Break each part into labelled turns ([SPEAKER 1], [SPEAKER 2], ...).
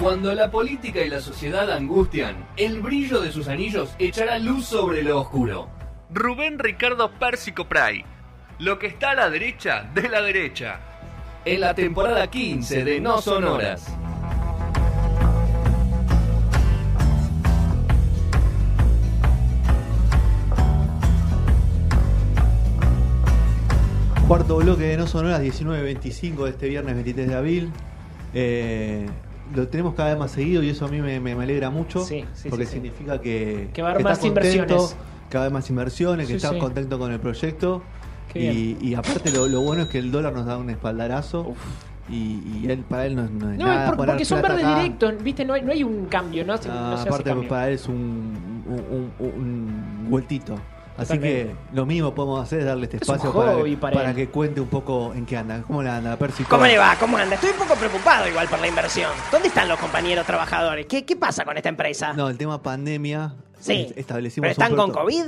[SPEAKER 1] Cuando la política y la sociedad angustian, el brillo de sus anillos echará luz sobre lo oscuro. Rubén Ricardo Pérsico Pray. Lo que está a la derecha de la derecha. En la temporada 15 de No Sonoras.
[SPEAKER 2] Cuarto bloque de No Sonoras, 19.25 de este viernes 23 de abril. Eh, lo tenemos cada vez más seguido y eso a mí me, me- me alegra mucho.
[SPEAKER 3] Sí, sí,
[SPEAKER 2] porque
[SPEAKER 3] sí, sí.
[SPEAKER 2] significa que,
[SPEAKER 3] Que va a haber
[SPEAKER 2] que
[SPEAKER 3] más
[SPEAKER 2] estás contento,
[SPEAKER 3] inversiones.
[SPEAKER 2] Cada vez más inversiones, que
[SPEAKER 3] Sí,
[SPEAKER 2] estás
[SPEAKER 3] sí.
[SPEAKER 2] contento con el proyecto.
[SPEAKER 3] Qué
[SPEAKER 2] Y, y aparte lo, lo bueno es que el dólar nos da un espaldarazo. Y, y él para él no es, no es
[SPEAKER 3] No,
[SPEAKER 2] nada.
[SPEAKER 3] es por-
[SPEAKER 2] poner
[SPEAKER 3] porque son
[SPEAKER 2] plata
[SPEAKER 3] verdes
[SPEAKER 2] acá.
[SPEAKER 3] directos, ¿viste? No hay, no hay un cambio, ¿no? Se-
[SPEAKER 2] Ah,
[SPEAKER 3] no se hace
[SPEAKER 2] aparte
[SPEAKER 3] cambio.
[SPEAKER 2] para él es un, un, un- un vueltito. Así
[SPEAKER 3] Totalmente.
[SPEAKER 2] que lo mismo podemos hacer es darle este
[SPEAKER 3] Es un
[SPEAKER 2] espacio para,
[SPEAKER 3] hobby
[SPEAKER 2] que,
[SPEAKER 3] para él.
[SPEAKER 2] para que cuente un poco en qué anda, cómo la anda, Percy.
[SPEAKER 4] ¿Cómo le va? ¿Cómo anda? Estoy un poco preocupado igual por la inversión. ¿Dónde están los compañeros trabajadores? ¿Qué, qué pasa con esta empresa?
[SPEAKER 2] No, el tema pandemia.
[SPEAKER 4] sí.
[SPEAKER 2] est- Establecimos
[SPEAKER 4] ¿Pero
[SPEAKER 2] un
[SPEAKER 4] están con
[SPEAKER 2] proto-
[SPEAKER 4] COVID?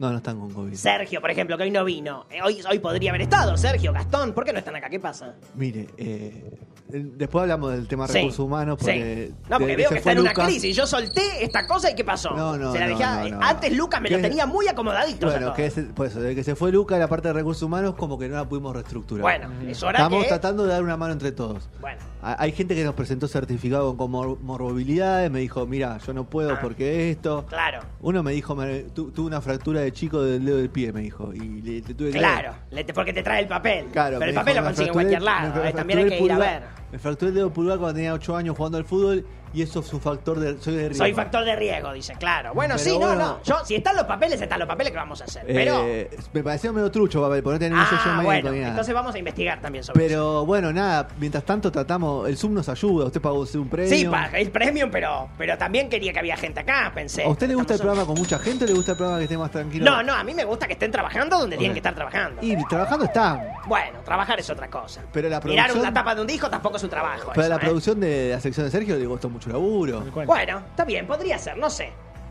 [SPEAKER 2] No, no están con COVID.
[SPEAKER 4] Sergio, por ejemplo, que hoy no vino. Eh, Hoy, hoy podría haber estado. Sergio, Gastón, ¿por qué no están acá? ¿Qué pasa?
[SPEAKER 2] Mire, eh, el- después hablamos del tema
[SPEAKER 4] Sí.
[SPEAKER 2] recursos humanos. Porque
[SPEAKER 4] sí. No, porque
[SPEAKER 2] desde
[SPEAKER 4] veo
[SPEAKER 2] se
[SPEAKER 4] que
[SPEAKER 2] fue
[SPEAKER 4] está en una
[SPEAKER 2] Lucas-
[SPEAKER 4] crisis. Yo solté esta cosa y ¿qué pasó?
[SPEAKER 2] No, no,
[SPEAKER 4] Se la
[SPEAKER 2] no,
[SPEAKER 4] dejé a-
[SPEAKER 2] no, no, no.
[SPEAKER 4] Antes Lucas me lo
[SPEAKER 2] ¿Qué?
[SPEAKER 4] tenía muy acomodadito. ya
[SPEAKER 2] Bueno,
[SPEAKER 4] todo.
[SPEAKER 2] que se- por eso, desde que se fue Luca, la parte de recursos humanos, como que no la pudimos reestructurar.
[SPEAKER 4] Bueno, es hora
[SPEAKER 2] Estamos
[SPEAKER 4] que...
[SPEAKER 2] tratando de dar una mano entre todos.
[SPEAKER 4] Bueno.
[SPEAKER 2] Ha- Hay gente que nos presentó certificado con mor- morbilidades, me dijo, mira, yo no puedo
[SPEAKER 4] Ah.
[SPEAKER 2] porque esto.
[SPEAKER 4] Claro,
[SPEAKER 2] Uno me dijo, me- tu- tuve una fractura de chico del dedo del pie, me dijo. Y le, le tuve que-
[SPEAKER 4] claro. Le te- Porque te trae el papel.
[SPEAKER 2] Claro,
[SPEAKER 4] Pero el
[SPEAKER 2] me
[SPEAKER 4] papel
[SPEAKER 2] dijo,
[SPEAKER 4] lo
[SPEAKER 2] me
[SPEAKER 4] consigue
[SPEAKER 2] fracturé-
[SPEAKER 4] en cualquier
[SPEAKER 2] me
[SPEAKER 4] lado.
[SPEAKER 2] fra-
[SPEAKER 4] eh, También hay
[SPEAKER 2] fracturé
[SPEAKER 4] que
[SPEAKER 2] el
[SPEAKER 4] ir a
[SPEAKER 2] pulgar-
[SPEAKER 4] ver.
[SPEAKER 2] Me fracturé el dedo pulgar cuando tenía 8 años jugando al fútbol y eso es un factor de. Soy de riesgo.
[SPEAKER 4] Soy factor de riesgo, dice, claro. Bueno,
[SPEAKER 2] Pero
[SPEAKER 4] sí, no,
[SPEAKER 2] bueno.
[SPEAKER 4] no. Yo, si están los papeles, están los papeles que vamos a hacer.
[SPEAKER 2] Eh,
[SPEAKER 4] Pero.
[SPEAKER 2] Me pareció medio trucho, papel, porque no tenía
[SPEAKER 4] ah,
[SPEAKER 2] un sello médico
[SPEAKER 4] bueno,
[SPEAKER 2] ni nada.
[SPEAKER 4] entonces vamos a investigar también sobre eso.
[SPEAKER 2] Pero bueno, nada, mientras tanto tratamos. El Zoom nos ayuda, usted pagó un premio.
[SPEAKER 4] Sí, pa, el premium, pero, pero también quería que había gente acá, pensé.
[SPEAKER 2] ¿A usted le gusta el
[SPEAKER 4] Estamos-
[SPEAKER 2] programa con mucha gente o le gusta el programa que esté más tranquilo?
[SPEAKER 4] No, no, a mí me gusta que estén trabajando donde tienen
[SPEAKER 2] Ok.
[SPEAKER 4] que estar trabajando.
[SPEAKER 2] Y trabajando está.
[SPEAKER 4] Bueno, trabajar es otra cosa.
[SPEAKER 2] Pero la
[SPEAKER 4] Mirar
[SPEAKER 2] producción-
[SPEAKER 4] una tapa de un disco tampoco es un trabajo.
[SPEAKER 2] Pero a
[SPEAKER 4] eso,
[SPEAKER 2] la
[SPEAKER 4] ¿eh?
[SPEAKER 2] producción de la sección de Sergio le costó mucho laburo.
[SPEAKER 4] Bueno, está bien, podría ser, no sé.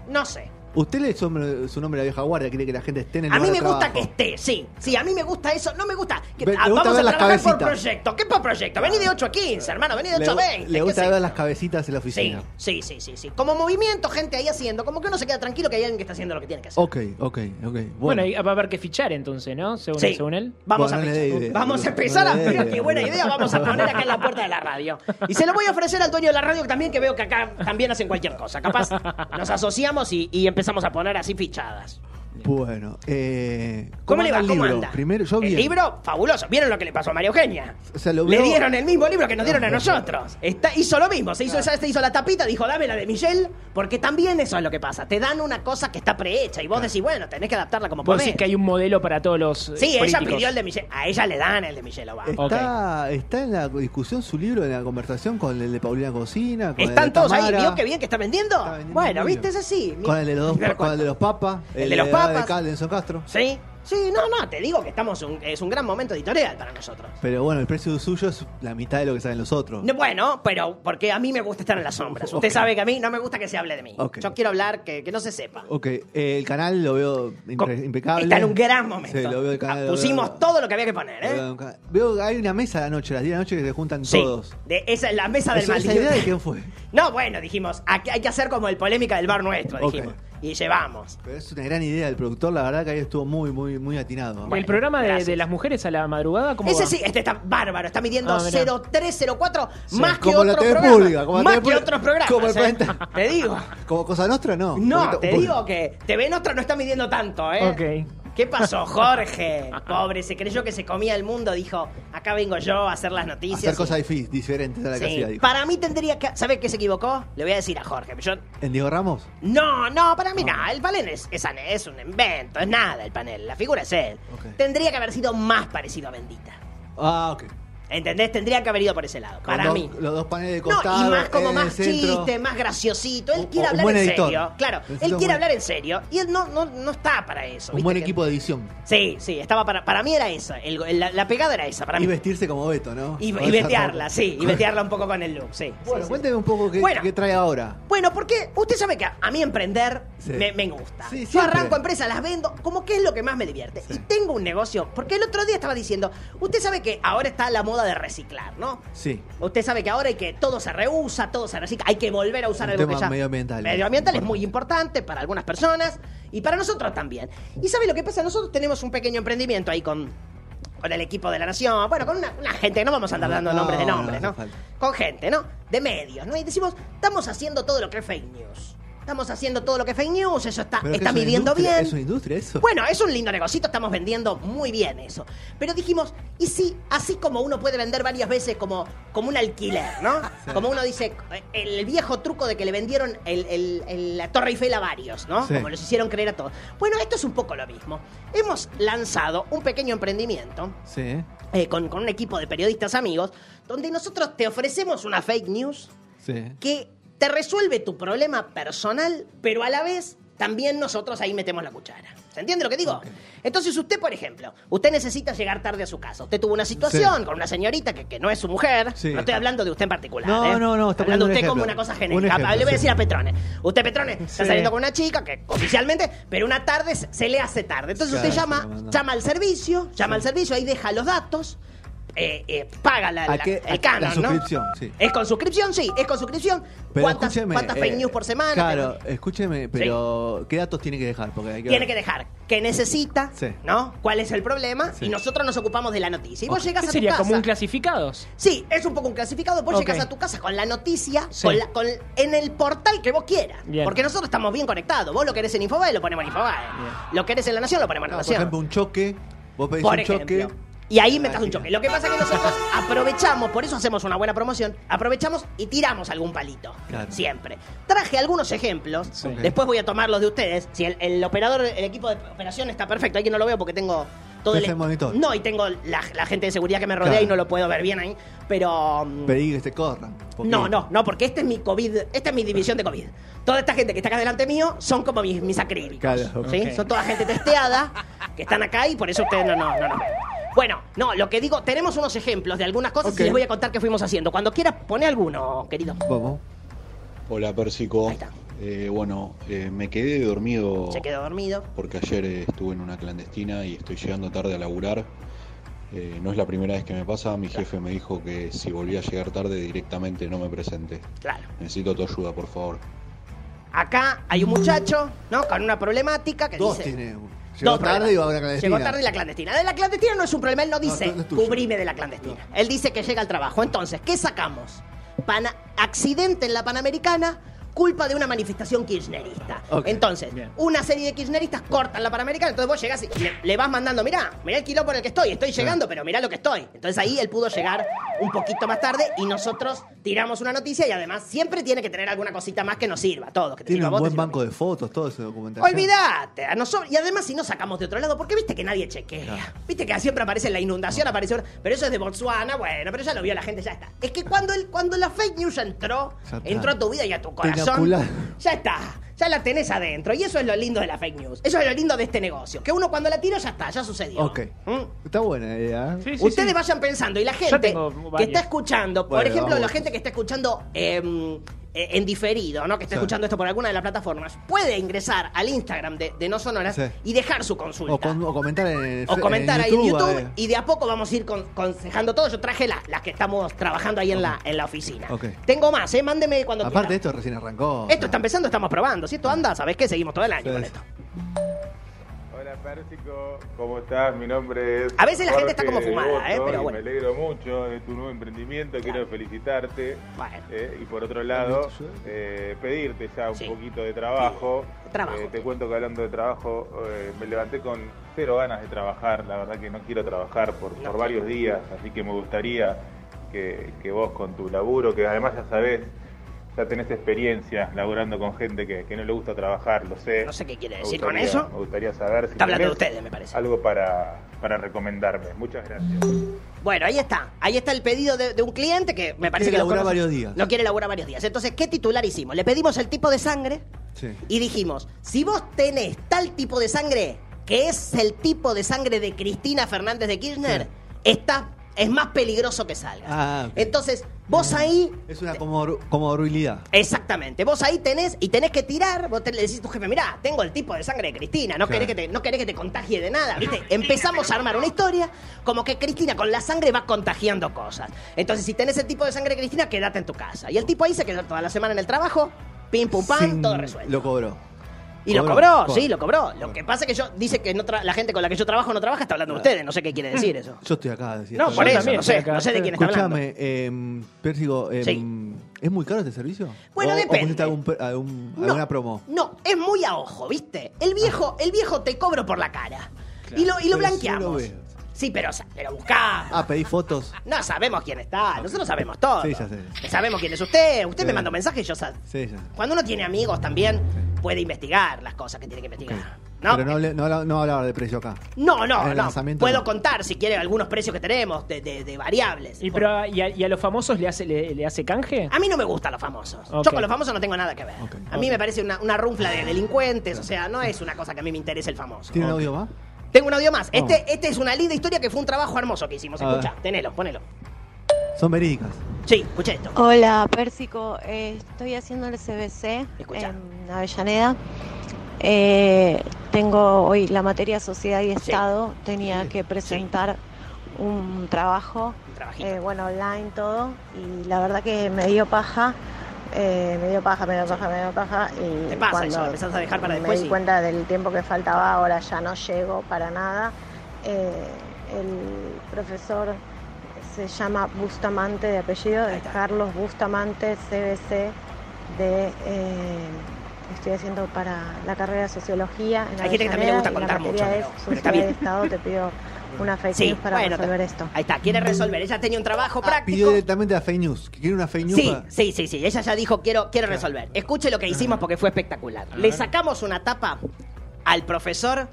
[SPEAKER 4] No sé.
[SPEAKER 2] Usted le hizo hombre- su nombre a la vieja guardia, quiere que la gente esté en el
[SPEAKER 4] A mí
[SPEAKER 2] lugar
[SPEAKER 4] me
[SPEAKER 2] de
[SPEAKER 4] gusta
[SPEAKER 2] trabajo.
[SPEAKER 4] que esté, sí. Sí, a mí me gusta eso. No me gusta. que-
[SPEAKER 2] Ve-
[SPEAKER 4] ah,
[SPEAKER 2] le gusta
[SPEAKER 4] vamos
[SPEAKER 2] ver
[SPEAKER 4] a
[SPEAKER 2] las
[SPEAKER 4] trabajar por
[SPEAKER 2] cabecitas.
[SPEAKER 4] proyecto. ¿Qué por proyecto? Vení de 8 a 15, hermano. Vení de 8 a 20.
[SPEAKER 2] Le, le
[SPEAKER 4] ¿qué
[SPEAKER 2] gusta
[SPEAKER 4] sé
[SPEAKER 2] ver
[SPEAKER 4] yo?
[SPEAKER 2] las cabecitas en la oficina.
[SPEAKER 4] Sí, sí, sí, sí, sí. Como movimiento, gente ahí haciendo. Como que uno se queda tranquilo que hay alguien que está haciendo lo que tiene que hacer.
[SPEAKER 2] Ok, ok, ok.
[SPEAKER 3] Bueno,
[SPEAKER 2] Bueno,
[SPEAKER 4] ah,
[SPEAKER 3] y va a haber que fichar entonces, ¿no? Según,
[SPEAKER 4] Sí.
[SPEAKER 3] según él.
[SPEAKER 4] Vamos
[SPEAKER 2] Bueno,
[SPEAKER 4] a
[SPEAKER 2] no le
[SPEAKER 4] empezar.
[SPEAKER 2] dé idea.
[SPEAKER 4] Vamos
[SPEAKER 2] No
[SPEAKER 4] a
[SPEAKER 2] le
[SPEAKER 4] empezar a.
[SPEAKER 2] dé
[SPEAKER 4] Pero
[SPEAKER 2] idea.
[SPEAKER 4] qué buena idea. Vamos a poner acá en la puerta de la radio. Y se lo voy a ofrecer al dueño de la radio, que también que veo que acá también hacen cualquier cosa. Capaz nos asociamos y, y empezamos a poner así fichadas.
[SPEAKER 2] bueno. Eh,
[SPEAKER 4] ¿Cómo, le
[SPEAKER 2] anda
[SPEAKER 4] va?
[SPEAKER 2] el
[SPEAKER 4] ¿Cómo
[SPEAKER 2] libro?
[SPEAKER 4] anda?
[SPEAKER 2] Primero, yo
[SPEAKER 4] El
[SPEAKER 2] bien.
[SPEAKER 4] libro, fabuloso. ¿Vieron lo que le pasó a María Eugenia?
[SPEAKER 2] O sea, lo
[SPEAKER 4] Le
[SPEAKER 2] veo-
[SPEAKER 4] dieron el mismo libro que nos dieron a nosotros. Está, hizo lo mismo. Se hizo, ya se hizo la tapita, dijo, dame la de Michelle, porque también eso es lo que pasa. Te dan una cosa que está prehecha y vos decís, bueno, tenés que adaptarla como
[SPEAKER 3] Vos
[SPEAKER 4] podés.
[SPEAKER 3] decís que hay un modelo para todos los. eh,
[SPEAKER 4] Sí, ella
[SPEAKER 3] políticos.
[SPEAKER 4] pidió el de Michelle. A ella le dan el de Michelle Obama.
[SPEAKER 2] Está, está en la discusión su libro, en la conversación con el de Paulina Cocina. Con el
[SPEAKER 4] Están
[SPEAKER 2] de
[SPEAKER 4] todos ahí,
[SPEAKER 2] Tamara,
[SPEAKER 4] ¿vio qué bien que está vendiendo?
[SPEAKER 2] Está vendiendo
[SPEAKER 4] bueno,
[SPEAKER 2] un
[SPEAKER 4] viste, es
[SPEAKER 2] libro.
[SPEAKER 4] así. Mi-
[SPEAKER 2] Con el de los,
[SPEAKER 4] primer
[SPEAKER 2] dos, con el de los papas.
[SPEAKER 4] El de los papas.
[SPEAKER 2] De Cal- Nelson Castro.
[SPEAKER 4] Sí, sí, no, no, te digo que estamos un- es un gran momento editorial para nosotros.
[SPEAKER 2] Pero bueno, el precio suyo es la mitad de lo que saben los otros.
[SPEAKER 4] No, bueno, pero porque a mí me gusta estar en las sombras. Usted
[SPEAKER 2] Ok.
[SPEAKER 4] sabe que a mí no me gusta que se hable de mí.
[SPEAKER 2] Ok.
[SPEAKER 4] Yo quiero hablar que, que no se sepa.
[SPEAKER 2] Ok, eh, el canal lo veo impre-
[SPEAKER 4] Co-
[SPEAKER 2] impecable.
[SPEAKER 4] Está en un gran momento.
[SPEAKER 2] Sí, lo veo el canal.
[SPEAKER 4] Ah,
[SPEAKER 2] lo
[SPEAKER 4] Pusimos
[SPEAKER 2] veo-
[SPEAKER 4] todo lo que había que poner,
[SPEAKER 2] lo veo en
[SPEAKER 4] ¿eh?
[SPEAKER 2] un canal. Veo que hay una mesa a la noche, a las 10 de la noche que se juntan
[SPEAKER 4] Sí.
[SPEAKER 2] todos.
[SPEAKER 4] De esa es la mesa del
[SPEAKER 2] ¿Esa, esa
[SPEAKER 4] maldito.
[SPEAKER 2] idea de quién fue?
[SPEAKER 4] No, bueno, dijimos, aquí hay que hacer como el polémica del bar nuestro,
[SPEAKER 2] Ok.
[SPEAKER 4] dijimos. Y llevamos.
[SPEAKER 2] Pero es una gran idea del productor, la verdad que ahí estuvo muy, muy, muy atinado.
[SPEAKER 3] El
[SPEAKER 4] Bueno,
[SPEAKER 3] programa de,
[SPEAKER 4] gracias.
[SPEAKER 3] de las mujeres a la madrugada, ¿cómo
[SPEAKER 4] Ese
[SPEAKER 3] va?
[SPEAKER 4] sí, este está bárbaro, está midiendo
[SPEAKER 3] Ah, mirá.
[SPEAKER 4] 0304 más que
[SPEAKER 2] como la
[SPEAKER 4] otro
[SPEAKER 2] TV
[SPEAKER 4] programa.
[SPEAKER 2] pública, como la
[SPEAKER 4] más
[SPEAKER 2] TV
[SPEAKER 4] que
[SPEAKER 2] pública.
[SPEAKER 4] otros programas.
[SPEAKER 2] Como el
[SPEAKER 4] ¿eh?
[SPEAKER 2] cuenta.
[SPEAKER 4] Te digo.
[SPEAKER 2] Como cosa nuestra, no.
[SPEAKER 4] No,
[SPEAKER 2] Porque-
[SPEAKER 4] te
[SPEAKER 2] porque-
[SPEAKER 4] digo que TV Nostra no está midiendo tanto, ¿eh?
[SPEAKER 3] Ok.
[SPEAKER 4] ¿Qué pasó, Jorge? Pobre, se creyó que se comía el mundo, dijo, acá vengo yo a hacer las noticias.
[SPEAKER 2] Hacer
[SPEAKER 4] y-
[SPEAKER 2] cosas difí- diferentes a la que
[SPEAKER 4] Sí.
[SPEAKER 2] hacía. dijo.
[SPEAKER 4] Para mí tendría que... ¿Sabe qué se equivocó? Le voy a decir a Jorge. Yo...
[SPEAKER 2] ¿En Diego Ramos?
[SPEAKER 4] No, no, para mí no. El panel es, es, ane- es un invento, es nada el panel. La figura es él.
[SPEAKER 2] Ok.
[SPEAKER 4] Tendría que haber sido más parecido a Bendita.
[SPEAKER 2] Ah, ok. Con
[SPEAKER 4] ¿Entendés? Tendría que haber ido por ese lado. Para
[SPEAKER 2] dos-
[SPEAKER 4] mí.
[SPEAKER 2] Los dos paneles de
[SPEAKER 4] No,
[SPEAKER 2] costado.
[SPEAKER 4] y más como
[SPEAKER 2] en el
[SPEAKER 4] más
[SPEAKER 2] centro.
[SPEAKER 4] chiste, más graciosito.
[SPEAKER 2] Un-
[SPEAKER 4] Él quiere
[SPEAKER 2] un
[SPEAKER 4] hablar
[SPEAKER 2] buen
[SPEAKER 4] en
[SPEAKER 2] editor.
[SPEAKER 4] serio. Claro,
[SPEAKER 2] Necesita
[SPEAKER 4] él
[SPEAKER 2] un
[SPEAKER 4] quiere
[SPEAKER 2] buen-
[SPEAKER 4] hablar en serio. Y él no, no, no está para eso.
[SPEAKER 2] Un
[SPEAKER 4] ¿viste?
[SPEAKER 2] buen
[SPEAKER 4] Que-
[SPEAKER 2] equipo de edición.
[SPEAKER 4] Sí, sí, estaba para. Para mí era esa. el- el- la, la pegada era esa, para
[SPEAKER 2] Y
[SPEAKER 4] mí.
[SPEAKER 2] vestirse como Beto, ¿no?
[SPEAKER 4] Y,
[SPEAKER 2] Con
[SPEAKER 4] y
[SPEAKER 2] esa
[SPEAKER 4] vetearla,
[SPEAKER 2] ropa.
[SPEAKER 4] sí. Y vetearla un poco con el look, sí.
[SPEAKER 2] Bueno,
[SPEAKER 4] sí, sí.
[SPEAKER 2] cuénteme un poco qué,
[SPEAKER 4] Bueno.
[SPEAKER 2] qué trae ahora.
[SPEAKER 4] Bueno, porque usted sabe que a, a mí emprender
[SPEAKER 2] Sí.
[SPEAKER 4] me, me gusta.
[SPEAKER 2] Sí,
[SPEAKER 4] Yo
[SPEAKER 2] siempre.
[SPEAKER 4] arranco empresas, las vendo, como que es lo que más me divierte. Y tengo un negocio, porque el otro día estaba diciendo, usted sabe que ahora está la moda moda de reciclar, ¿no?
[SPEAKER 2] Sí.
[SPEAKER 4] Usted sabe que ahora hay que todo se reusa, todo se recicla, hay que volver a usar
[SPEAKER 2] Un
[SPEAKER 4] algo
[SPEAKER 2] tema
[SPEAKER 4] que ya
[SPEAKER 2] medioambiental.
[SPEAKER 4] medioambiental es muy importante para algunas personas y para nosotros también. Y sabe lo que pasa, nosotros tenemos un pequeño emprendimiento ahí con con el equipo de la nación, bueno, con una, una gente, no vamos a andar dando
[SPEAKER 2] No,
[SPEAKER 4] nombres de
[SPEAKER 2] no,
[SPEAKER 4] nombres,
[SPEAKER 2] no
[SPEAKER 4] ¿no?
[SPEAKER 2] hace falta.
[SPEAKER 4] Con gente, ¿no? De medios, ¿no? Y decimos, estamos haciendo todo lo que es fake news. Estamos haciendo todo lo que es fake news, eso está,
[SPEAKER 2] Pero que
[SPEAKER 4] está
[SPEAKER 2] es una
[SPEAKER 4] midiendo
[SPEAKER 2] industria,
[SPEAKER 4] bien.
[SPEAKER 2] Es una industria eso.
[SPEAKER 4] Bueno, es un lindo negocito, estamos vendiendo muy bien eso. Pero dijimos, ¿y si así como uno puede vender varias veces como, como un alquiler, ¿no? Como uno dice, eh, el viejo truco de que le vendieron el- el- el- la Torre Eiffel a varios, ¿no?
[SPEAKER 2] Sí.
[SPEAKER 4] Como los hicieron creer a todos. Bueno, esto es un poco lo mismo. Hemos lanzado un pequeño emprendimiento
[SPEAKER 2] Sí.
[SPEAKER 4] eh, con, con un equipo de periodistas amigos, donde nosotros te ofrecemos una fake news
[SPEAKER 2] Sí.
[SPEAKER 4] que te resuelve tu problema personal, pero a la vez también nosotros ahí metemos la cuchara. ¿Se entiende lo que digo? Entonces usted, por ejemplo, usted necesita llegar tarde a su casa. Usted tuvo una situación
[SPEAKER 2] Sí.
[SPEAKER 4] con una señorita que, que no es su mujer.
[SPEAKER 2] Sí.
[SPEAKER 4] No estoy hablando de usted en particular.
[SPEAKER 2] No,
[SPEAKER 4] ¿eh?
[SPEAKER 2] no, no, está poniendo
[SPEAKER 4] hablando
[SPEAKER 2] un
[SPEAKER 4] de usted como una
[SPEAKER 2] ejemplo.
[SPEAKER 4] cosa
[SPEAKER 2] Un
[SPEAKER 4] genérica.
[SPEAKER 2] ejemplo,
[SPEAKER 4] Le voy a
[SPEAKER 2] sí.
[SPEAKER 4] decir a Petrone. Usted, Petrone, está
[SPEAKER 3] Sí.
[SPEAKER 4] saliendo con una chica que oficialmente, pero una tarde se- se le hace tarde. Entonces usted
[SPEAKER 2] Claro,
[SPEAKER 4] llama,
[SPEAKER 2] se la manda.
[SPEAKER 4] llama al servicio, llama al servicio, ahí deja los datos, eh, eh, paga la,
[SPEAKER 2] ¿A
[SPEAKER 4] la-
[SPEAKER 2] qué- a-
[SPEAKER 4] el
[SPEAKER 2] la
[SPEAKER 4] canon, ¿no?
[SPEAKER 2] suscripción, sí.
[SPEAKER 4] ¿Es con suscripción? Sí, es con suscripción.
[SPEAKER 2] Pero
[SPEAKER 4] ¿Cuántas,
[SPEAKER 2] escúcheme,
[SPEAKER 4] cuántas fake
[SPEAKER 2] eh,
[SPEAKER 4] news por semana?
[SPEAKER 2] Claro, escúcheme, pero ¿qué datos tiene que dejar? Porque hay que
[SPEAKER 4] Tiene
[SPEAKER 2] ver.
[SPEAKER 4] que dejar qué necesita,
[SPEAKER 2] Sí.
[SPEAKER 4] ¿no? ¿Cuál es el problema?
[SPEAKER 2] Sí.
[SPEAKER 4] Y nosotros nos ocupamos de la noticia. Y vos
[SPEAKER 2] Ok.
[SPEAKER 4] llegas
[SPEAKER 3] ¿Qué
[SPEAKER 4] a
[SPEAKER 3] sería
[SPEAKER 4] tu casa.
[SPEAKER 3] como un clasificados?
[SPEAKER 4] Sí, es un poco un clasificado. Vos
[SPEAKER 3] Ok.
[SPEAKER 4] llegas a tu casa con la noticia
[SPEAKER 3] Sí.
[SPEAKER 4] con la- con- en el portal que vos quieras.
[SPEAKER 3] Bien.
[SPEAKER 4] Porque nosotros estamos bien conectados. Vos lo querés en Infobae, lo ponemos en Infobae.
[SPEAKER 3] Bien.
[SPEAKER 4] Lo querés en La Nación, lo ponemos en La
[SPEAKER 2] Claro, por
[SPEAKER 4] Nación.
[SPEAKER 2] ejemplo, un choque. Vos pedís
[SPEAKER 4] Por
[SPEAKER 2] un choque.
[SPEAKER 4] ejemplo. Y ahí
[SPEAKER 2] Ah,
[SPEAKER 4] metas un
[SPEAKER 2] mira.
[SPEAKER 4] choque. Lo que pasa es que nosotros aprovechamos, por eso hacemos una buena promoción, aprovechamos y tiramos algún palito.
[SPEAKER 2] Claro.
[SPEAKER 4] Siempre. Traje algunos ejemplos,
[SPEAKER 3] Sí.
[SPEAKER 2] Ok.
[SPEAKER 4] después voy a tomar los de ustedes. Si el, el operador, el equipo de operación está perfecto, hay que no lo veo porque tengo todo
[SPEAKER 2] Ese Este monitor.
[SPEAKER 4] No, y tengo la, la gente de seguridad que me rodea
[SPEAKER 2] Claro.
[SPEAKER 4] y no lo puedo ver bien ahí. Pero. mm,
[SPEAKER 2] Pedí que te corran. porque-
[SPEAKER 4] no, no, no, porque este es mi COVID, esta es mi división de COVID. Toda esta gente que está acá delante mío son como mis, mis acrílicos.
[SPEAKER 2] Claro,
[SPEAKER 4] ¿sí?
[SPEAKER 3] ok.
[SPEAKER 4] Son toda gente testeada que están acá y por eso ustedes no, no, no, no. Bueno, no, lo que digo, tenemos unos ejemplos de algunas cosas
[SPEAKER 2] Ok.
[SPEAKER 4] y les voy a contar qué fuimos haciendo. Cuando quieras, pone alguno, querido.
[SPEAKER 2] Vamos.
[SPEAKER 5] Hola Persico.
[SPEAKER 4] Ahí está.
[SPEAKER 5] Eh, bueno, eh, me quedé dormido
[SPEAKER 4] Se quedó dormido.
[SPEAKER 5] porque ayer eh, estuve en una clandestina y estoy llegando tarde a laburar. Eh, no es la primera vez que me pasa, mi jefe me dijo que si volvía a llegar tarde directamente no me presenté.
[SPEAKER 4] Claro.
[SPEAKER 5] Necesito tu ayuda, por favor.
[SPEAKER 4] Acá hay un muchacho, ¿no? Con una problemática que
[SPEAKER 2] Dos
[SPEAKER 4] dice.
[SPEAKER 2] tiene. Llegó
[SPEAKER 4] Dos
[SPEAKER 2] tarde
[SPEAKER 4] problemas.
[SPEAKER 2] y va a una clandestina.
[SPEAKER 4] Llegó tarde y la clandestina. De la clandestina no es un problema, él no dice,
[SPEAKER 2] no es tuyo.
[SPEAKER 4] cubrime de la clandestina. Él dice que llega al trabajo. Entonces, ¿qué sacamos? Pana- accidente en la Panamericana, culpa de una manifestación kirchnerista.
[SPEAKER 2] Ok,
[SPEAKER 4] Entonces,
[SPEAKER 3] bien.
[SPEAKER 4] una serie de kirchneristas cortan la Panamericana, entonces vos llegás y le, le vas mandando, mirá, mirá el quilombo en el que estoy, estoy llegando, pero mirá lo que estoy. Entonces ahí él pudo llegar un poquito más tarde y nosotros tiramos una noticia y además siempre tiene que tener alguna cosita más que nos sirva, todo. Que te
[SPEAKER 2] Tiene
[SPEAKER 4] sirva a
[SPEAKER 2] un
[SPEAKER 4] vos, te
[SPEAKER 2] buen
[SPEAKER 4] sirva a mí.
[SPEAKER 2] banco de fotos, todo ese documentación.
[SPEAKER 4] Olvídate, a nosotros. Y además, si no sacamos de otro lado, porque viste que nadie chequea.
[SPEAKER 2] Claro.
[SPEAKER 4] Viste que siempre aparece la inundación, aparece una- Pero eso es de Botswana, bueno, pero ya lo vio la gente, ya está. Es que cuando, el, cuando la fake news ya entró,
[SPEAKER 2] Ya está.
[SPEAKER 4] entró a tu vida y a tu
[SPEAKER 2] Te
[SPEAKER 4] corazón,
[SPEAKER 2] inocula.
[SPEAKER 4] ya está. Ya la tenés adentro. Y eso es lo lindo de la fake news. Eso es lo lindo de este negocio. Que uno cuando la tira, ya está, ya sucedió.
[SPEAKER 2] Ok.
[SPEAKER 4] ¿Mm?
[SPEAKER 2] Está buena la idea. ¿eh?
[SPEAKER 3] Sí, sí,
[SPEAKER 4] Ustedes
[SPEAKER 3] sí.
[SPEAKER 4] vayan pensando y la
[SPEAKER 3] Ya
[SPEAKER 4] gente
[SPEAKER 3] tengo
[SPEAKER 4] que
[SPEAKER 3] varias.
[SPEAKER 4] está escuchando, por
[SPEAKER 2] Bueno,
[SPEAKER 4] ejemplo,
[SPEAKER 2] vamos.
[SPEAKER 4] la gente que está escuchando eh, eh, en diferido, ¿no? Que está
[SPEAKER 2] Sí.
[SPEAKER 4] escuchando esto por alguna de las plataformas, puede ingresar al Instagram de, de No Sonoras
[SPEAKER 2] Sí.
[SPEAKER 4] y dejar su consulta.
[SPEAKER 2] O, con- o comentar en el
[SPEAKER 4] O
[SPEAKER 2] en
[SPEAKER 4] comentar ahí en YouTube
[SPEAKER 2] eh.
[SPEAKER 4] y de a poco vamos a ir con- consejando todo. Yo traje la- las que estamos trabajando ahí en la, en la oficina.
[SPEAKER 2] Ok.
[SPEAKER 4] Tengo más, ¿eh? Mándeme cuando
[SPEAKER 2] Aparte,
[SPEAKER 4] quiera.
[SPEAKER 2] esto recién arrancó.
[SPEAKER 4] Esto está empezando, estamos probando. Si esto anda, ¿sabes qué? Seguimos todo el año
[SPEAKER 2] Sí.
[SPEAKER 4] con esto.
[SPEAKER 6] Hola Pérsico, ¿cómo estás? Mi nombre es.
[SPEAKER 4] A veces la gente está como
[SPEAKER 6] Jorge
[SPEAKER 4] fumada, ¿eh?
[SPEAKER 6] Boto,
[SPEAKER 4] Pero
[SPEAKER 6] y
[SPEAKER 4] bueno.
[SPEAKER 6] Me alegro mucho de tu nuevo emprendimiento, quiero felicitarte.
[SPEAKER 4] Bueno.
[SPEAKER 6] eh, y por otro lado,
[SPEAKER 2] ¿Listo, Joel?
[SPEAKER 6] eh, pedirte ya un
[SPEAKER 4] Sí.
[SPEAKER 6] poquito de trabajo.
[SPEAKER 4] Sí, trabajo.
[SPEAKER 6] Eh, te cuento que hablando de trabajo, eh, me levanté con cero ganas de trabajar. La verdad que no quiero trabajar por, por varios días, así que me gustaría que, que vos con tu laburo, que además ya sabés, ya tenés experiencia laburando con gente que, que no le gusta trabajar, lo sé.
[SPEAKER 4] No sé qué quiere
[SPEAKER 6] Me
[SPEAKER 4] decir con
[SPEAKER 6] gustaría-
[SPEAKER 4] eso.
[SPEAKER 6] Me gustaría saber si
[SPEAKER 4] Está hablando de
[SPEAKER 6] tenés
[SPEAKER 4] ustedes, me parece.
[SPEAKER 6] algo para, para recomendarme. Muchas gracias.
[SPEAKER 4] Bueno, ahí está. Ahí está el pedido de, de un cliente que me parece
[SPEAKER 2] quiere
[SPEAKER 4] que lo
[SPEAKER 2] laburar
[SPEAKER 4] conoce.
[SPEAKER 2] varios días.
[SPEAKER 4] No quiere laburar varios días. Entonces, ¿qué titular hicimos? Le pedimos el tipo de sangre
[SPEAKER 2] Sí.
[SPEAKER 4] y dijimos, si vos tenés tal tipo de sangre, que es el tipo de sangre de Cristina Fernández de Kirchner,
[SPEAKER 2] Sí.
[SPEAKER 4] está es más peligroso que salgas.
[SPEAKER 2] Ah, ok.
[SPEAKER 4] Entonces, vos ahí
[SPEAKER 2] Es una comor- comorbilidad.
[SPEAKER 4] Exactamente. Vos ahí tenés y tenés que tirar. Vos te- le decís a tu jefe, mirá, tengo el tipo de sangre de Cristina. No,
[SPEAKER 2] Claro.
[SPEAKER 4] querés, que te, no querés que te contagie de nada. ¿viste? Empezamos a armar una historia como que Cristina con la sangre va contagiando cosas. Entonces, si tenés el tipo de sangre de Cristina, quédate en tu casa. Y el tipo ahí se quedó toda la semana en el trabajo. Pim, pum, pam,
[SPEAKER 2] Sin-
[SPEAKER 4] todo resuelto.
[SPEAKER 2] Lo cobró.
[SPEAKER 4] y lo
[SPEAKER 2] cobró,
[SPEAKER 4] cobró,
[SPEAKER 2] cobró.
[SPEAKER 4] sí, lo cobró. Lo que pasa es que yo dice que no tra- la gente con la que yo trabajo no trabaja, está hablando de ustedes. No sé qué quiere decir eso.
[SPEAKER 2] Yo estoy acá. decía.
[SPEAKER 4] No,
[SPEAKER 2] Estoy
[SPEAKER 4] por
[SPEAKER 2] acá.
[SPEAKER 4] eso,
[SPEAKER 3] también
[SPEAKER 4] no sé,
[SPEAKER 3] estoy acá.
[SPEAKER 4] no sé de quién está hablando.
[SPEAKER 2] Escúchame, eh, Pérsico, eh,
[SPEAKER 4] Sí.
[SPEAKER 2] ¿es muy caro este servicio?
[SPEAKER 4] Bueno,
[SPEAKER 2] ¿O-
[SPEAKER 4] depende.
[SPEAKER 2] ¿O pusiste algún, per- algún- alguna promo? Ah.
[SPEAKER 4] No, es muy a ojo, ¿viste? El viejo, el viejo te cobro por la cara. y lo, y lo
[SPEAKER 2] Pero si no lo
[SPEAKER 4] blanqueamos.
[SPEAKER 2] veo.
[SPEAKER 4] sí, pero, sa- pero buscá.
[SPEAKER 2] Ah, pedí fotos.
[SPEAKER 4] No sabemos quién está, nosotros sabemos todo.
[SPEAKER 2] Sí, ya sé.
[SPEAKER 4] Sabemos quién es usted, usted me
[SPEAKER 2] Sí.
[SPEAKER 4] manda un mensaje y yo sab-
[SPEAKER 2] Sí, ya.
[SPEAKER 4] Cuando uno tiene amigos también, puede investigar las cosas que tiene que investigar. ¿No?
[SPEAKER 2] Pero no, hable- no, habla- no hablaba de precio acá.
[SPEAKER 4] no,
[SPEAKER 2] en
[SPEAKER 4] no,
[SPEAKER 2] el
[SPEAKER 4] no.
[SPEAKER 2] lanzamiento
[SPEAKER 4] Puedo
[SPEAKER 2] no.
[SPEAKER 4] contar si quiere algunos precios que tenemos de, de- de variables.
[SPEAKER 3] Y, pero, a- y, a, y a los famosos le hace, le, le hace canje?
[SPEAKER 4] A mí no Ah, me gustan los famosos.
[SPEAKER 3] Ok.
[SPEAKER 4] Yo con los famosos no tengo nada que ver.
[SPEAKER 2] Ok.
[SPEAKER 4] A mí me parece una, una runfla de delincuentes, o sea, no es una cosa que a mí me interese el famoso.
[SPEAKER 2] ¿Tiene audio más?
[SPEAKER 4] Tengo un audio más. Este, este es una linda historia que fue un trabajo hermoso que hicimos.
[SPEAKER 2] A
[SPEAKER 4] Escucha,
[SPEAKER 2] ver.
[SPEAKER 4] tenelo, ponelo.
[SPEAKER 2] Son verídicas.
[SPEAKER 4] Sí, escucha esto.
[SPEAKER 7] Hola, Pérsico. Eh, estoy haciendo el CBC
[SPEAKER 4] Escucha.
[SPEAKER 7] en Avellaneda. Eh, tengo hoy la materia Sociedad y
[SPEAKER 4] Sí.
[SPEAKER 7] Estado. Tenía que presentar un trabajo,
[SPEAKER 4] Un trabajito.
[SPEAKER 7] eh, bueno, online todo. Y la verdad que me dio paja. eh, me dio paja, me dio paja, me dio paja. Y
[SPEAKER 4] Te pasa eso,
[SPEAKER 7] cuando
[SPEAKER 4] empezás a dejar para
[SPEAKER 7] me
[SPEAKER 4] después
[SPEAKER 7] di
[SPEAKER 4] y-
[SPEAKER 7] cuenta del tiempo que faltaba, ahora ya no llego para nada. Eh, el profesor se llama Bustamante de apellido,
[SPEAKER 4] Ahí
[SPEAKER 7] es
[SPEAKER 4] está.
[SPEAKER 7] Carlos Bustamante, CBC de... eh, estoy haciendo para la carrera de Sociología. En
[SPEAKER 4] Hay gente que también le gusta
[SPEAKER 7] Avellaneda, y
[SPEAKER 4] contar
[SPEAKER 7] la materia
[SPEAKER 4] mucho, pero-
[SPEAKER 7] es
[SPEAKER 4] pero está
[SPEAKER 7] Sociedad y
[SPEAKER 4] bien.
[SPEAKER 7] Estado, te pido una fake
[SPEAKER 4] Sí,
[SPEAKER 7] news para
[SPEAKER 4] bueno,
[SPEAKER 7] resolver
[SPEAKER 4] ta-
[SPEAKER 7] esto.
[SPEAKER 4] Ahí está, quiere resolver. Ella tenía un trabajo
[SPEAKER 2] Ah, Pidió
[SPEAKER 4] práctico.
[SPEAKER 2] directamente a Fake News. que ¿Quiere una Fake News?
[SPEAKER 4] Sí,
[SPEAKER 2] para-
[SPEAKER 4] sí, sí, sí. Ella ya dijo, quiero, quiero resolver. Escuche lo que hicimos porque fue espectacular. Le sacamos una tapa al profesor,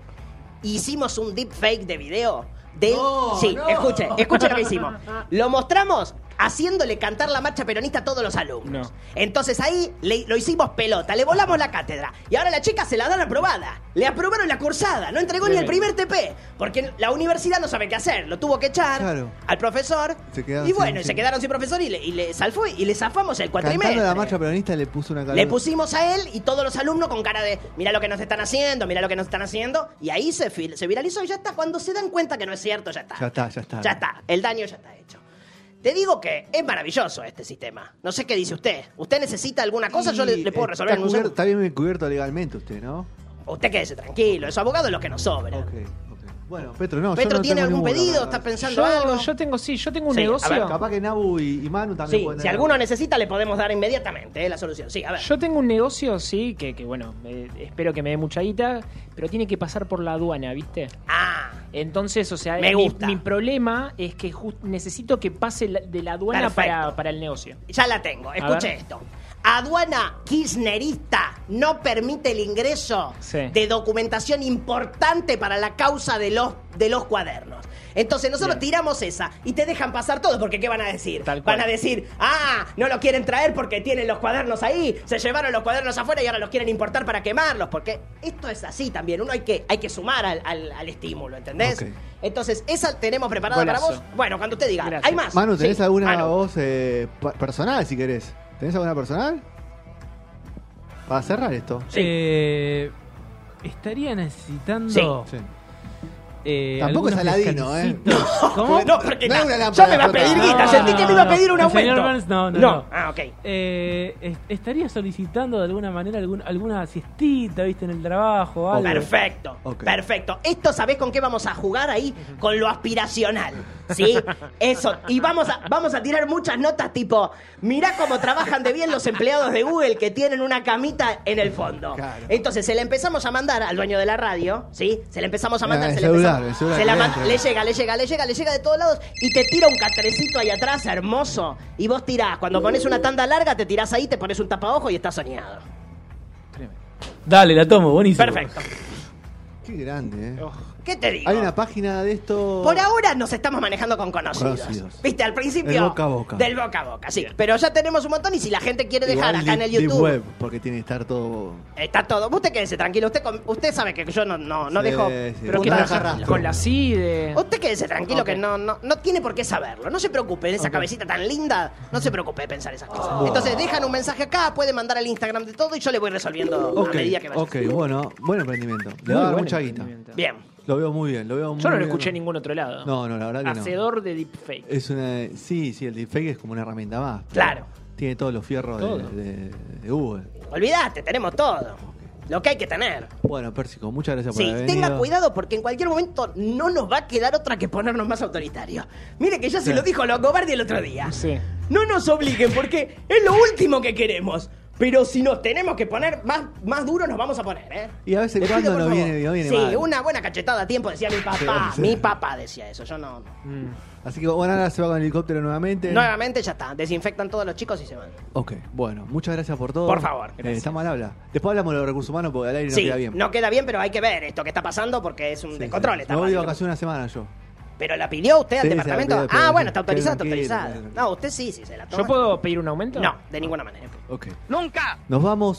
[SPEAKER 4] hicimos un deepfake de video de...
[SPEAKER 2] No,
[SPEAKER 4] sí,
[SPEAKER 2] no.
[SPEAKER 4] escuche, escuche lo que hicimos. Lo mostramos haciéndole cantar la marcha peronista a todos los alumnos.
[SPEAKER 3] No.
[SPEAKER 4] Entonces ahí le- lo hicimos pelota, le volamos la cátedra. Y ahora la chica se la dan aprobada. Le aprobaron la cursada, no entregó ni el primer
[SPEAKER 3] Tremendo.
[SPEAKER 4] TP. Porque la universidad no sabe qué hacer, lo tuvo que echar
[SPEAKER 2] Claro.
[SPEAKER 4] al profesor.
[SPEAKER 2] Se quedaron
[SPEAKER 4] y
[SPEAKER 2] sin-
[SPEAKER 4] bueno, y se
[SPEAKER 2] sin-
[SPEAKER 4] quedaron sin profesor y le, y le zafó- y le zafamos el
[SPEAKER 2] Cantando
[SPEAKER 4] cuatrimestre.
[SPEAKER 2] la marcha peronista le puso una cara.
[SPEAKER 4] le pusimos a él y todos los alumnos con cara de mira lo que nos están haciendo, mira lo que nos están haciendo. Y ahí se, fil- se viralizó y ya está. Cuando se dan cuenta que no es cierto, ya está.
[SPEAKER 2] Ya está, ya está.
[SPEAKER 4] Ya está. El daño ya está hecho. Te digo que es maravilloso este sistema. No sé qué dice usted. ¿Usted necesita alguna cosa? Yo le,
[SPEAKER 2] Y
[SPEAKER 4] le puedo resolver en
[SPEAKER 2] Está,
[SPEAKER 4] un
[SPEAKER 2] cubier-
[SPEAKER 4] segundo.
[SPEAKER 2] está bien cubierto legalmente usted, ¿no?
[SPEAKER 4] Usted quédese tranquilo. Esos abogados los que nos sobran.
[SPEAKER 2] Ok, ok. Bueno, Petro, no. yo
[SPEAKER 4] ¿Petro
[SPEAKER 2] no
[SPEAKER 4] tiene
[SPEAKER 2] tengo
[SPEAKER 4] algún
[SPEAKER 2] ninguno,
[SPEAKER 4] pedido?
[SPEAKER 2] la
[SPEAKER 4] ¿Está
[SPEAKER 2] verdad.
[SPEAKER 4] pensando algo?
[SPEAKER 3] Yo, yo tengo, sí, yo tengo un
[SPEAKER 4] Sí, a
[SPEAKER 3] negocio.
[SPEAKER 4] ver,
[SPEAKER 2] Capaz que Nabu y, y Manu también
[SPEAKER 4] Sí,
[SPEAKER 2] pueden
[SPEAKER 4] si
[SPEAKER 2] dar-
[SPEAKER 4] alguno necesita, le podemos dar inmediatamente eh, la solución. Sí, a ver.
[SPEAKER 3] Yo tengo un negocio, sí, que, que bueno, eh, espero que me dé mucha guita, pero tiene que pasar por la aduana, ¿viste?
[SPEAKER 4] Ah,
[SPEAKER 3] Entonces, o sea,
[SPEAKER 4] Me
[SPEAKER 3] mi,
[SPEAKER 4] gusta.
[SPEAKER 3] mi problema es que jus- necesito que pase la- de la aduana
[SPEAKER 4] Perfecto.
[SPEAKER 3] para, para el negocio.
[SPEAKER 4] ya la tengo. Escuche
[SPEAKER 3] ver.
[SPEAKER 4] esto. Aduana kirchnerista no permite el ingreso
[SPEAKER 3] Sí.
[SPEAKER 4] de documentación importante para la causa de los, de los cuadernos. Entonces nosotros
[SPEAKER 3] Bien.
[SPEAKER 4] tiramos esa y te dejan pasar todo porque ¿qué van a decir?
[SPEAKER 3] Tal cual.
[SPEAKER 4] van a decir, ah, no lo quieren traer porque tienen los cuadernos ahí, se llevaron los cuadernos afuera y ahora los quieren importar para quemarlos, porque esto es así también, uno hay que, hay que sumar al, al- al estímulo, ¿entendés?
[SPEAKER 2] Ok.
[SPEAKER 4] Entonces esa tenemos preparada
[SPEAKER 3] Golazo.
[SPEAKER 4] para vos. Bueno, cuando usted diga,
[SPEAKER 3] Gracias.
[SPEAKER 4] hay más.
[SPEAKER 2] Manu, ¿tenés
[SPEAKER 4] Sí,
[SPEAKER 2] alguna
[SPEAKER 4] Manu.
[SPEAKER 2] voz eh, pa- personal si querés? ¿Tenés alguna personal? Para cerrar esto.
[SPEAKER 4] Sí.
[SPEAKER 8] Eh, estaría necesitando.
[SPEAKER 2] Sí.
[SPEAKER 8] eh,
[SPEAKER 2] Tampoco es
[SPEAKER 8] algunos
[SPEAKER 2] Aladino, ¿eh?
[SPEAKER 8] descansitos. ¿Cómo?
[SPEAKER 4] No, porque
[SPEAKER 2] No hay
[SPEAKER 4] na-
[SPEAKER 2] una
[SPEAKER 4] ya
[SPEAKER 2] lámpara
[SPEAKER 4] me va a pedir
[SPEAKER 2] flotante.
[SPEAKER 4] guita.
[SPEAKER 8] No,
[SPEAKER 4] Sentí que
[SPEAKER 8] no,
[SPEAKER 4] me iba a
[SPEAKER 8] no.
[SPEAKER 4] pedir un
[SPEAKER 8] El señor
[SPEAKER 4] aumento.
[SPEAKER 8] Burns, no, no, no.
[SPEAKER 4] Ah, ok.
[SPEAKER 8] Eh, es- estaría solicitando de alguna manera algún- alguna siestita, ¿viste? En el trabajo o algo.
[SPEAKER 4] Perfecto,
[SPEAKER 2] Ok.
[SPEAKER 4] perfecto. Esto sabés con qué vamos a jugar ahí, con lo aspiracional, ¿sí? Eso. Y vamos a, vamos a tirar muchas notas tipo, mirá cómo trabajan de bien los empleados de Google que tienen una camita en el fondo.
[SPEAKER 2] Claro.
[SPEAKER 4] Entonces se le empezamos a mandar al dueño de la radio, ¿sí? Se le empezamos a
[SPEAKER 2] Ah,
[SPEAKER 4] mandar,
[SPEAKER 2] el
[SPEAKER 4] se le
[SPEAKER 2] celular,
[SPEAKER 4] empezamos-
[SPEAKER 2] el celular
[SPEAKER 4] se la
[SPEAKER 2] que
[SPEAKER 4] man-
[SPEAKER 2] entra.
[SPEAKER 4] le llega, le llega, le llega, le llega de todos lados y te tira un catrecito ahí atrás, hermoso. Y vos tirás, cuando pones una tanda larga, te tirás ahí, te pones un tapaojo y estás soñado.
[SPEAKER 8] Dale, la tomo, buenísimo.
[SPEAKER 4] Perfecto.
[SPEAKER 2] Qué grande, ¿eh?
[SPEAKER 4] ¿Qué te digo?
[SPEAKER 2] Hay una página de esto.
[SPEAKER 4] Por ahora nos estamos manejando con conocidos.
[SPEAKER 2] Conocidos.
[SPEAKER 4] Viste, al principio.
[SPEAKER 2] Del boca a boca.
[SPEAKER 4] Del boca a boca, sí. Pero ya tenemos un montón y si la gente quiere dejar
[SPEAKER 2] Igual
[SPEAKER 4] acá en
[SPEAKER 2] de-
[SPEAKER 4] el
[SPEAKER 2] de
[SPEAKER 4] YouTube.
[SPEAKER 2] web, porque tiene que estar todo.
[SPEAKER 4] Está todo. Usted quédese tranquilo. Usted, com- usted sabe que yo no, no, no
[SPEAKER 2] Sí,
[SPEAKER 4] dejo.
[SPEAKER 2] sí.
[SPEAKER 3] Pero que
[SPEAKER 2] Puntadas
[SPEAKER 4] puntadas
[SPEAKER 2] trabaja-
[SPEAKER 3] trabajar
[SPEAKER 4] al hilo.
[SPEAKER 3] con la CIDE.
[SPEAKER 4] Usted quédese tranquilo
[SPEAKER 3] Ok.
[SPEAKER 4] que no, no, no tiene por qué saberlo. No se preocupe, esa
[SPEAKER 3] Ok.
[SPEAKER 4] cabecita tan linda, no se preocupe de pensar esas cosas.
[SPEAKER 2] Oh.
[SPEAKER 4] Entonces dejan un mensaje acá, puede mandar al Instagram de todo y yo le voy resolviendo
[SPEAKER 2] Ok,
[SPEAKER 4] a medida que vaya.
[SPEAKER 2] ok, bueno, buen emprendimiento. Le
[SPEAKER 3] Muy
[SPEAKER 2] va a dar
[SPEAKER 3] buen
[SPEAKER 2] mucha guita.
[SPEAKER 3] emprendimiento.
[SPEAKER 4] Bien.
[SPEAKER 2] Lo veo muy bien, lo veo muy
[SPEAKER 3] Yo no lo
[SPEAKER 4] Mm.
[SPEAKER 2] bien.
[SPEAKER 3] escuché en ningún otro lado.
[SPEAKER 2] No, no, la verdad que no.
[SPEAKER 3] Hacedor de deepfake.
[SPEAKER 2] Es una. Sí, sí, el deepfake es como una herramienta más. pero
[SPEAKER 4] Claro.
[SPEAKER 2] Tiene todos los fierros de-
[SPEAKER 3] Todo.
[SPEAKER 2] De, de Google.
[SPEAKER 4] Olvídate, tenemos todo. Lo que hay que tener.
[SPEAKER 2] Bueno, Pérsico, muchas gracias por
[SPEAKER 4] Sí,
[SPEAKER 2] haber
[SPEAKER 4] tenga
[SPEAKER 2] venido.
[SPEAKER 4] cuidado porque en cualquier momento no nos va a quedar otra que ponernos más autoritarios. Mire que ya se
[SPEAKER 2] Sí.
[SPEAKER 4] lo dijo Longobardi el otro día.
[SPEAKER 3] Sí.
[SPEAKER 4] No nos obliguen porque es lo último que queremos. Pero si nos tenemos que poner más, más duro, nos vamos a poner, ¿eh?
[SPEAKER 2] Y a veces en
[SPEAKER 4] Le
[SPEAKER 2] cuando
[SPEAKER 4] pido, por
[SPEAKER 2] no
[SPEAKER 4] favor.
[SPEAKER 2] viene- no viene
[SPEAKER 4] Sí,
[SPEAKER 2] mal.
[SPEAKER 4] una buena cachetada a tiempo, decía mi papá.
[SPEAKER 2] Sí, sí.
[SPEAKER 4] Mi papá decía eso, yo no.
[SPEAKER 8] Mm.
[SPEAKER 2] Así que bueno, ahora se va con el helicóptero nuevamente.
[SPEAKER 4] Nuevamente ya está, desinfectan todos los chicos y se van.
[SPEAKER 2] Ok, bueno, muchas gracias por todo.
[SPEAKER 4] Por favor,
[SPEAKER 2] Eh,
[SPEAKER 4] gracias.
[SPEAKER 2] estamos al habla. Después hablamos de los recursos humanos porque al aire
[SPEAKER 4] sí,
[SPEAKER 2] no queda bien.
[SPEAKER 4] no queda bien, pero hay que ver esto que está pasando porque es un
[SPEAKER 2] Sí,
[SPEAKER 4] descontrol.
[SPEAKER 2] sí.
[SPEAKER 4] está
[SPEAKER 2] Me voy de
[SPEAKER 4] mal.
[SPEAKER 2] vacaciones una semana yo.
[SPEAKER 4] Pero la pidió usted al
[SPEAKER 2] Sí, se la
[SPEAKER 4] departamento.
[SPEAKER 2] pidió, pero
[SPEAKER 4] ah,
[SPEAKER 2] sí,
[SPEAKER 4] bueno, está autorizada, está
[SPEAKER 2] quede tranquilo,
[SPEAKER 4] autorizada.
[SPEAKER 2] quede tranquilo.
[SPEAKER 4] No, usted sí, sí, se la toma.
[SPEAKER 3] ¿Yo puedo pedir un aumento?
[SPEAKER 4] No, de ninguna manera.
[SPEAKER 2] Ok.
[SPEAKER 3] ¡Nunca!
[SPEAKER 2] Nos vamos.